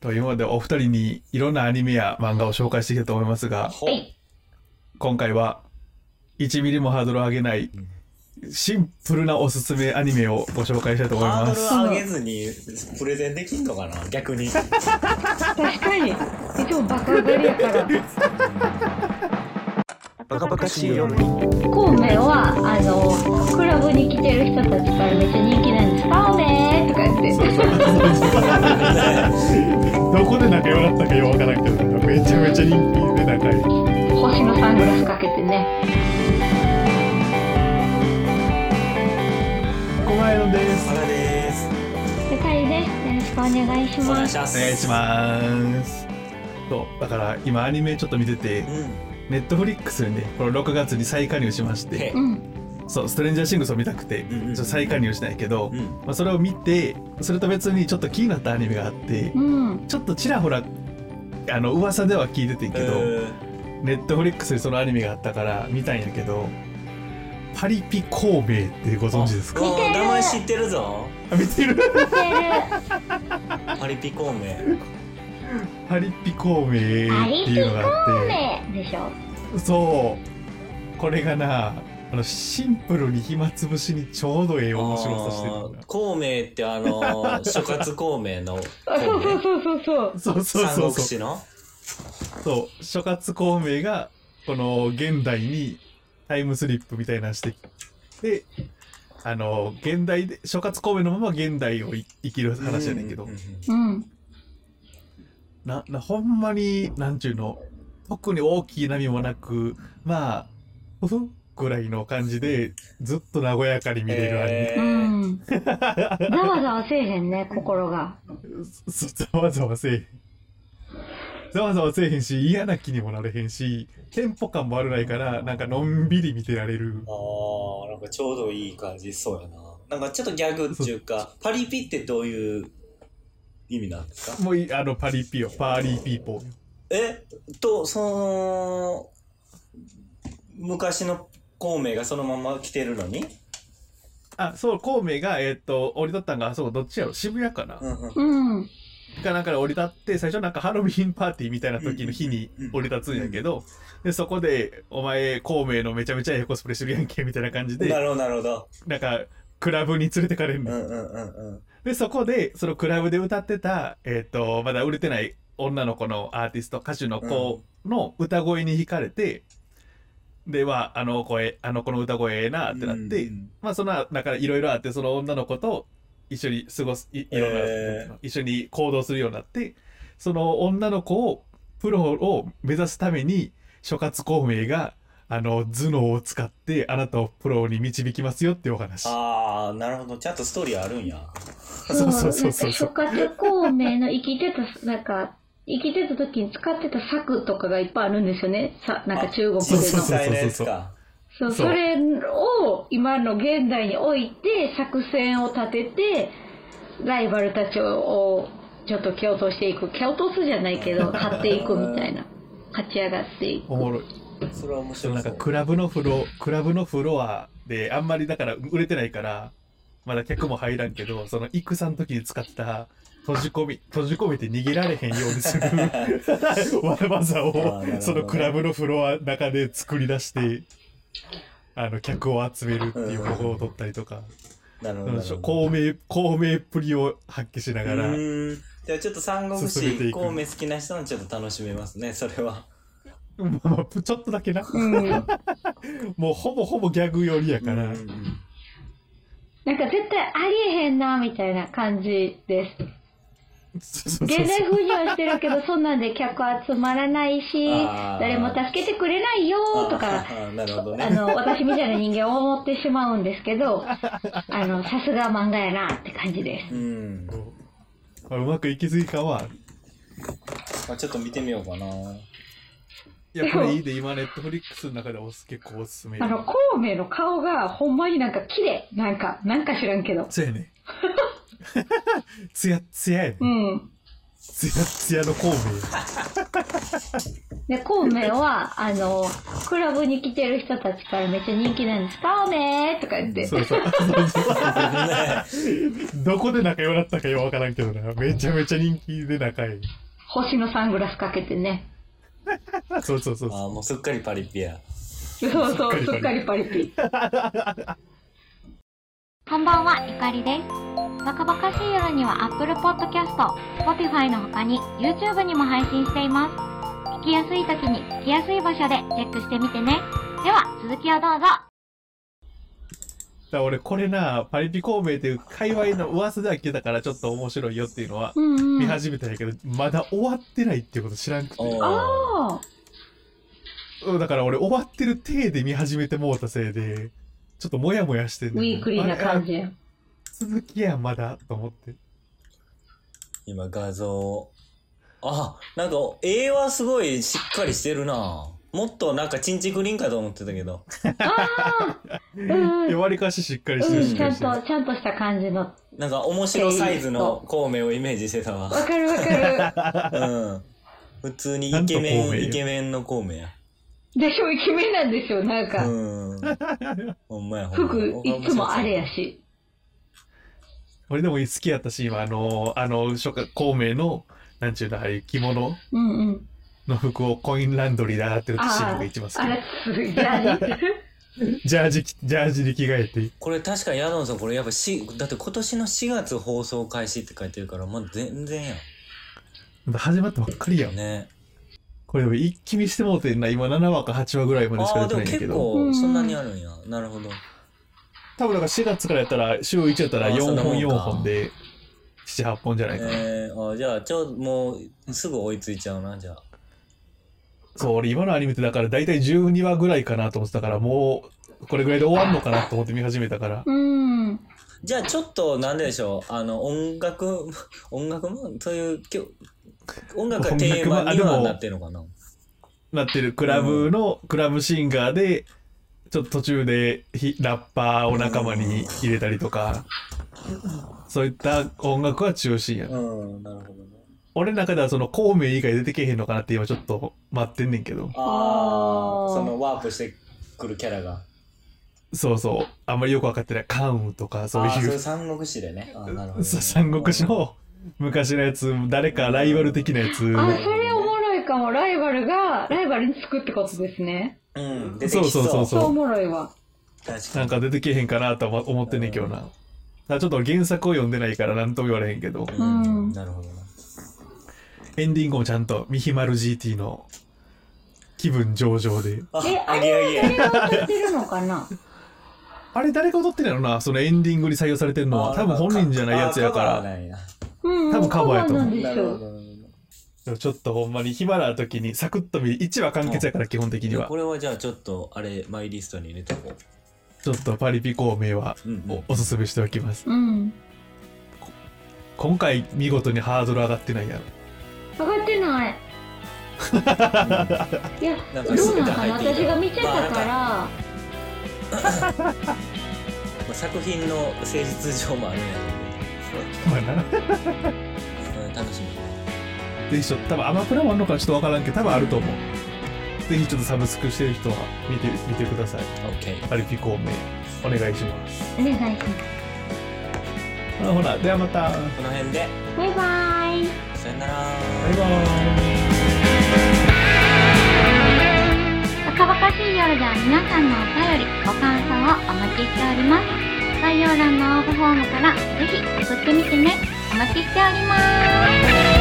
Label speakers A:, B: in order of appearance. A: と今までお二人にいろんなアニメや漫画を紹介してきたと思いますが、
B: ほう
A: 今回は1ミリもハードルを上げないシンプルなおすすめアニメをご紹介したいと思い
B: ハ
A: ま
B: ード
A: す。
B: ル上げずにプレゼンできんのかな 逆に。
C: 確かに。いつもバカ上がりやから。
D: バカバカしいよみ
C: 孔明は、あの、クラブに来てる人たちからめっちゃ人気なんです。孔明とか言って。
E: どこで仲良かったかよくわからんけどめちゃめちゃ人気で仲いい
C: 星のサングラスかけてね。
A: こまえのです。
B: 原です。
C: 世界です。よろしくお願いし
B: お願
C: ま
B: いしま
C: す。
B: す。
A: お願いします。そう、だから今アニメちょっと見てて、
B: う
A: ネットフリックスにね、この6月に再加入しまし
B: ん。
A: て、
C: うん。
A: そう、ストレンジャーシングスを見たくて、
B: うんうん
A: ちょっと再加入しないけど、
B: うん。
A: まあ、それを見て、それと別にちょっと気になったアニメがあって
C: う、ん。
A: ちょっとちらほら、あの、噂では聞いててんけど、ネットフリックスにそのアニメがあったから見たんやけど、パリピ孔明ってご存知ですか
B: こう名前知ってるぞ。
A: あ見てる
C: 似てる。
B: パリピ孔明。
A: パリピ孔明っていうのがあって。
C: 孔明でしょ。
A: そうこれがなあのシンプルに暇つぶしにちょうどええ面白さしてるんだ
B: あー孔明ってあのー、諸葛孔明の
C: あ
B: 孔
C: そうそう
B: 明。
C: そうそうそう。
A: そう そうそう
B: 三国
A: そう
B: 志の
A: そう諸葛孔明がこの現代にタイムスリップみたいなのしてきてあの現代で諸葛孔明のまま現代をい生きる話やねんけど、
B: うう
C: うん。
A: ななほんまになんちゅうの特に大きい波もなくまあふふぐらいの感じでずっと和やかに見れるアニメ。
B: え
C: う
B: ー
C: ん。ざわざわせえへんね、心が。
A: そざわざわせえへん。ざわざわせえへんし、嫌な気にもなれへんし、テンポ感も悪ないから、なんかのんびり見てられる。
B: ああ、なんかちょうどいい感じそうやな。なんかちょっとギャグっていうか、パリピってどういう意味なんですか
A: もういい、あの、パリピよ、パーリーピーポーよ。
B: えと、その、昔の孔明がそのまま来てるのに、
A: あ、そう、孔明が、えーっと、降り立ったんが、あそう、どっちやろ、渋谷かな、
B: うんうん、
C: うん。
A: かなんかで降り立って、最初なんかハロウィンパーティーみたいな時の日に降り立つんやけど、で、そこで、お前、孔明のめちゃめちゃええコスプレしてるやんけ、みたいな感じ
B: な
A: で、
B: るほど、なるほど。
A: なんか、クラブに連れてかれる
B: う
A: の
B: んうんうんうん。
A: で、そこで、そのクラブで歌ってた、えっ、と、まだ売れてない女の子のアーティスト、歌手の子の歌声に惹かれて、で、はあの声、あの子の歌声ええなってなって、
B: うん
A: まあ、そんな、なんかいろいろあって、その女の子と一緒に過ごす、いいろんな、
B: えー
A: 一緒に行動するようになって、その女の子を、プロを目指すために、諸葛孔明が、あの、頭脳を使って、あなたをプロに導きますよっていうお話。
B: ああ、なるほど。ちゃんとストーリーあるんや。
A: そうそうそうそう
C: 諸葛孔明の生きてた、なんか、生きてた時に使ってた策とかがいっぱいあるんですよね。さなんか中国での。
A: そ
C: そうう
A: そう
C: そ
A: そうそうそう
B: か。
A: そう
C: れを今の現代に置いて、作戦を立てて、ライバルたちをちょっと蹴落としていく。蹴落とすじゃないけ ど、勝っていくみたいな。勝ち上がっていく。
A: おもろい。
B: それは面
A: その
B: 白
A: なん
B: そ
A: か
B: う。
A: クラブのフロクラブのフロアであんまりだから売れてないからまだ客も入らんけどその戦の時に使った閉じ込み閉じ込めて逃げられへんようにするわ技
B: あーなるほど
A: を
B: ね
A: そのクラブのフロアの中で作り出してあの客を集めるっていう方法を取ったりとか
B: なるほ
A: そ
B: どな
A: の
B: るほど。
A: 孔明孔明っぷりを発揮しながら
B: うーんじゃあちょっと三国
A: 進めて
B: 志、
A: いく
B: 孔明好きな人のちょっと楽しめますね、それは。
A: まあまあちょっとだけな
C: うん。なんか
A: もうほぼほぼギャグ寄りやから
B: うんうんうん
C: 絶対ありえへんな、みたいな感じです。
A: そうそうそう
C: 現代風にはしてるけど、そんなんで客集まらないし
B: あー、
C: 誰も助けてくれないよーと
B: あ
C: か、
B: ーなるほど
C: あ
B: ね。
C: の、私みたいな人間を思ってしまうんですけど、あの、さすが漫画やなって感じで
B: うん。
A: まあうまくいき過ぎかは
B: まあ、ちょっと見てみようかな。
A: いや、これいいで、今、ネットフリックスの中でおす結構おすすめ
C: す。あの、
A: よ。
C: 孔明の顔がほんまになんか綺麗。なんか、なんか知らんけど。
A: そうやね。つやっつややね
C: う。ん。
A: つやっつやの孔明。
C: で、孔明は、あの、クラブに来てる人たちからめっちゃ人気なんです。孔明とか言って。
A: そうそう。 そうそう
E: どこで仲良くなったかようわからんけどな。めちゃめちゃ人気で仲いい。
C: 星のサングラスかけてね。
A: そうそうそう。
B: ああ、もうすっかりパリピや。
C: そうそう、すっかりパリピ。
F: こんばんは、ゆかりです。バカバカしい夜には Apple Podcast、Spotify の他に YouTube にも配信しています。聞きやすい時に聞きやすい場所でチェックしてみてね。では、続きをどうぞ。
A: だから俺これな、パリピ孔明っていう界隈の噂では聞けたからちょっと面白いよっていうのは
C: うんう
A: 見
C: ん。
A: 始めたんやけど、まだ終わってないっていうこと知らんくて。
B: おー
C: あ
A: うんだから俺終わってる体で見始めてもうたせいで、ちょっとモヤモヤしてんね
C: ウ
A: ん
C: ィークリーな感じ。や。
A: 続きやんまだと思って。
B: 今画像。あ、なんか、絵はすごいしっかりしてるな。もっとなんかチンチクリンかと思ってたけど。
C: うんうん
A: いや、わりかししっかりして
C: う
A: る
C: ん、
A: し
C: ち
A: か
C: ゃ
A: り
C: ん
A: してる
C: と、ちゃんとした感じの。わ
B: なんか面白サイズの孔明をイメージしてたわ。
C: かるわか
B: うん。普通にイケメ
A: なんと孔明
B: ン、
A: よ
B: イケメンの孔明や。
C: る。でしょ、イケメンなんですよ、なんか。
B: うん。ほんまや、ほんま
C: 服
B: や、
C: いつもあれや。し。
A: 俺でも好きやったし、今、あの、あの、初夏、孔明の、なんちゅうの、ああいう着物
C: うんうん。
A: の服をコインランドリーで洗ってるシーンが一番好
C: あれ
A: き。、
C: すげえ。
A: ジャージ、ジャージに着替えて。
B: これ確かにヤドンさん、これやっぱし、だって今年の4月放送開始って書いてるから、まだ全然や
A: まだ始まったばっかりやん
B: ん。。ね。
A: これでも一気見してもうてんな、今7話か8話ぐらいまでし
B: あ
A: か
B: あ、
A: 出てない
B: でも
A: んだけ
B: 結
A: ど。
B: 構そんなにあるんや。なるほど。
A: 多分だから4月からやったら、週1やったら
B: あー
A: 4
B: そんなも
A: 本
B: んか
A: 4本で、7、8本じゃないかな。
B: えー、あじゃあ、ちょうどもう、すぐ追いついちゃうな、じゃあ。
A: そう、俺今のアニメってだから大体12話ぐらいかなと思ってたから、もう、これぐらいで終わるのかなと思って見始めたから。
C: うん。
B: じゃあ、ちょっと、なんででしょう。あの、音楽、 音楽も、そういう、今日、音楽がテーマに
A: 音楽もあで
B: は
A: も
B: なってるのかな。
A: なってるクラブの、クラブシンガーで、ちょっと途中でひラッパーを仲間に入れたりとか、そういった音楽は中心やな。
B: うん、なるほどね。
A: 俺の中ではその孔明以外出てけへんのかなって今ちょっと待ってんねんけど、
B: あ
C: あ
B: あ、
C: ー
B: そのワープしてくるキャラが。
A: そうそう、あんまりよくわかってない。関羽とかそう
B: あー
A: いう、
B: 三国志でね。あーなるほどね
A: そう三国志の昔のやつ、誰かライバル的なやつ、
C: あ、それおもろいかも。ライバルが、ライバルにつくってことですね。
B: うん、出てきそう。
A: そうそうそう
C: そうおもろいわ。
B: 確
A: な
B: か
A: ん
B: に。
A: か出てけへんかなとは思ってんねんけどな。だからちょっと原作を読んでないから何とも言われへんけど、
C: うん
B: なるほどな。
A: エンディングもちゃんとミヒマル GT の気分上々で。
B: あ
C: え、あ
B: あげあ
C: れは誰
B: げ。
C: が歌ってるのかな
A: あれ誰が踊ってないのなそのエンディングに採用されてるのは多分本人じゃないやつやから。
B: あーカバーなんや
C: うん、
A: 多分カバーやと思う
C: カなんでし
B: なるほ
C: ょう。
B: どなる
A: ちょっとほんまに暇な時にサクッと見る。1話完結やから基本的に
B: ほど。
A: は
B: こ。れはじゃあちょっと、あれ、マイリストに入れとこ
A: ちょっとパリピ孔明は
B: う。うんうん。
A: おおすすめしておきます。
C: うん。
A: 今回見事にハードル上がってないやろ。
C: 上がってない。いや、
B: なん
C: ど
B: か
C: うなのかな
B: 入って
C: 私
B: いいか
C: が見ちゃったから。
B: まあ作品の性質上もあるんやろ
A: まあな。
B: うねうん。楽しみ。
A: ぜひちょっと多分アマプラもあるのかちょっとわからんけど多分あると思う。ぜひちょっとサブスクしてる人は見て見てください。
B: オッケー。
A: パリピ孔明お願いします。
C: お願いします。
A: ほらほら、ではまた。バ
B: この辺で、
F: バイバイ。
B: さよなら。
A: イバイ。
F: バカバカしい夜では皆さんのお便り、ご感想をお待ちしております。概要欄の応募フォームからぜひ送ってみてね。お待ちしております。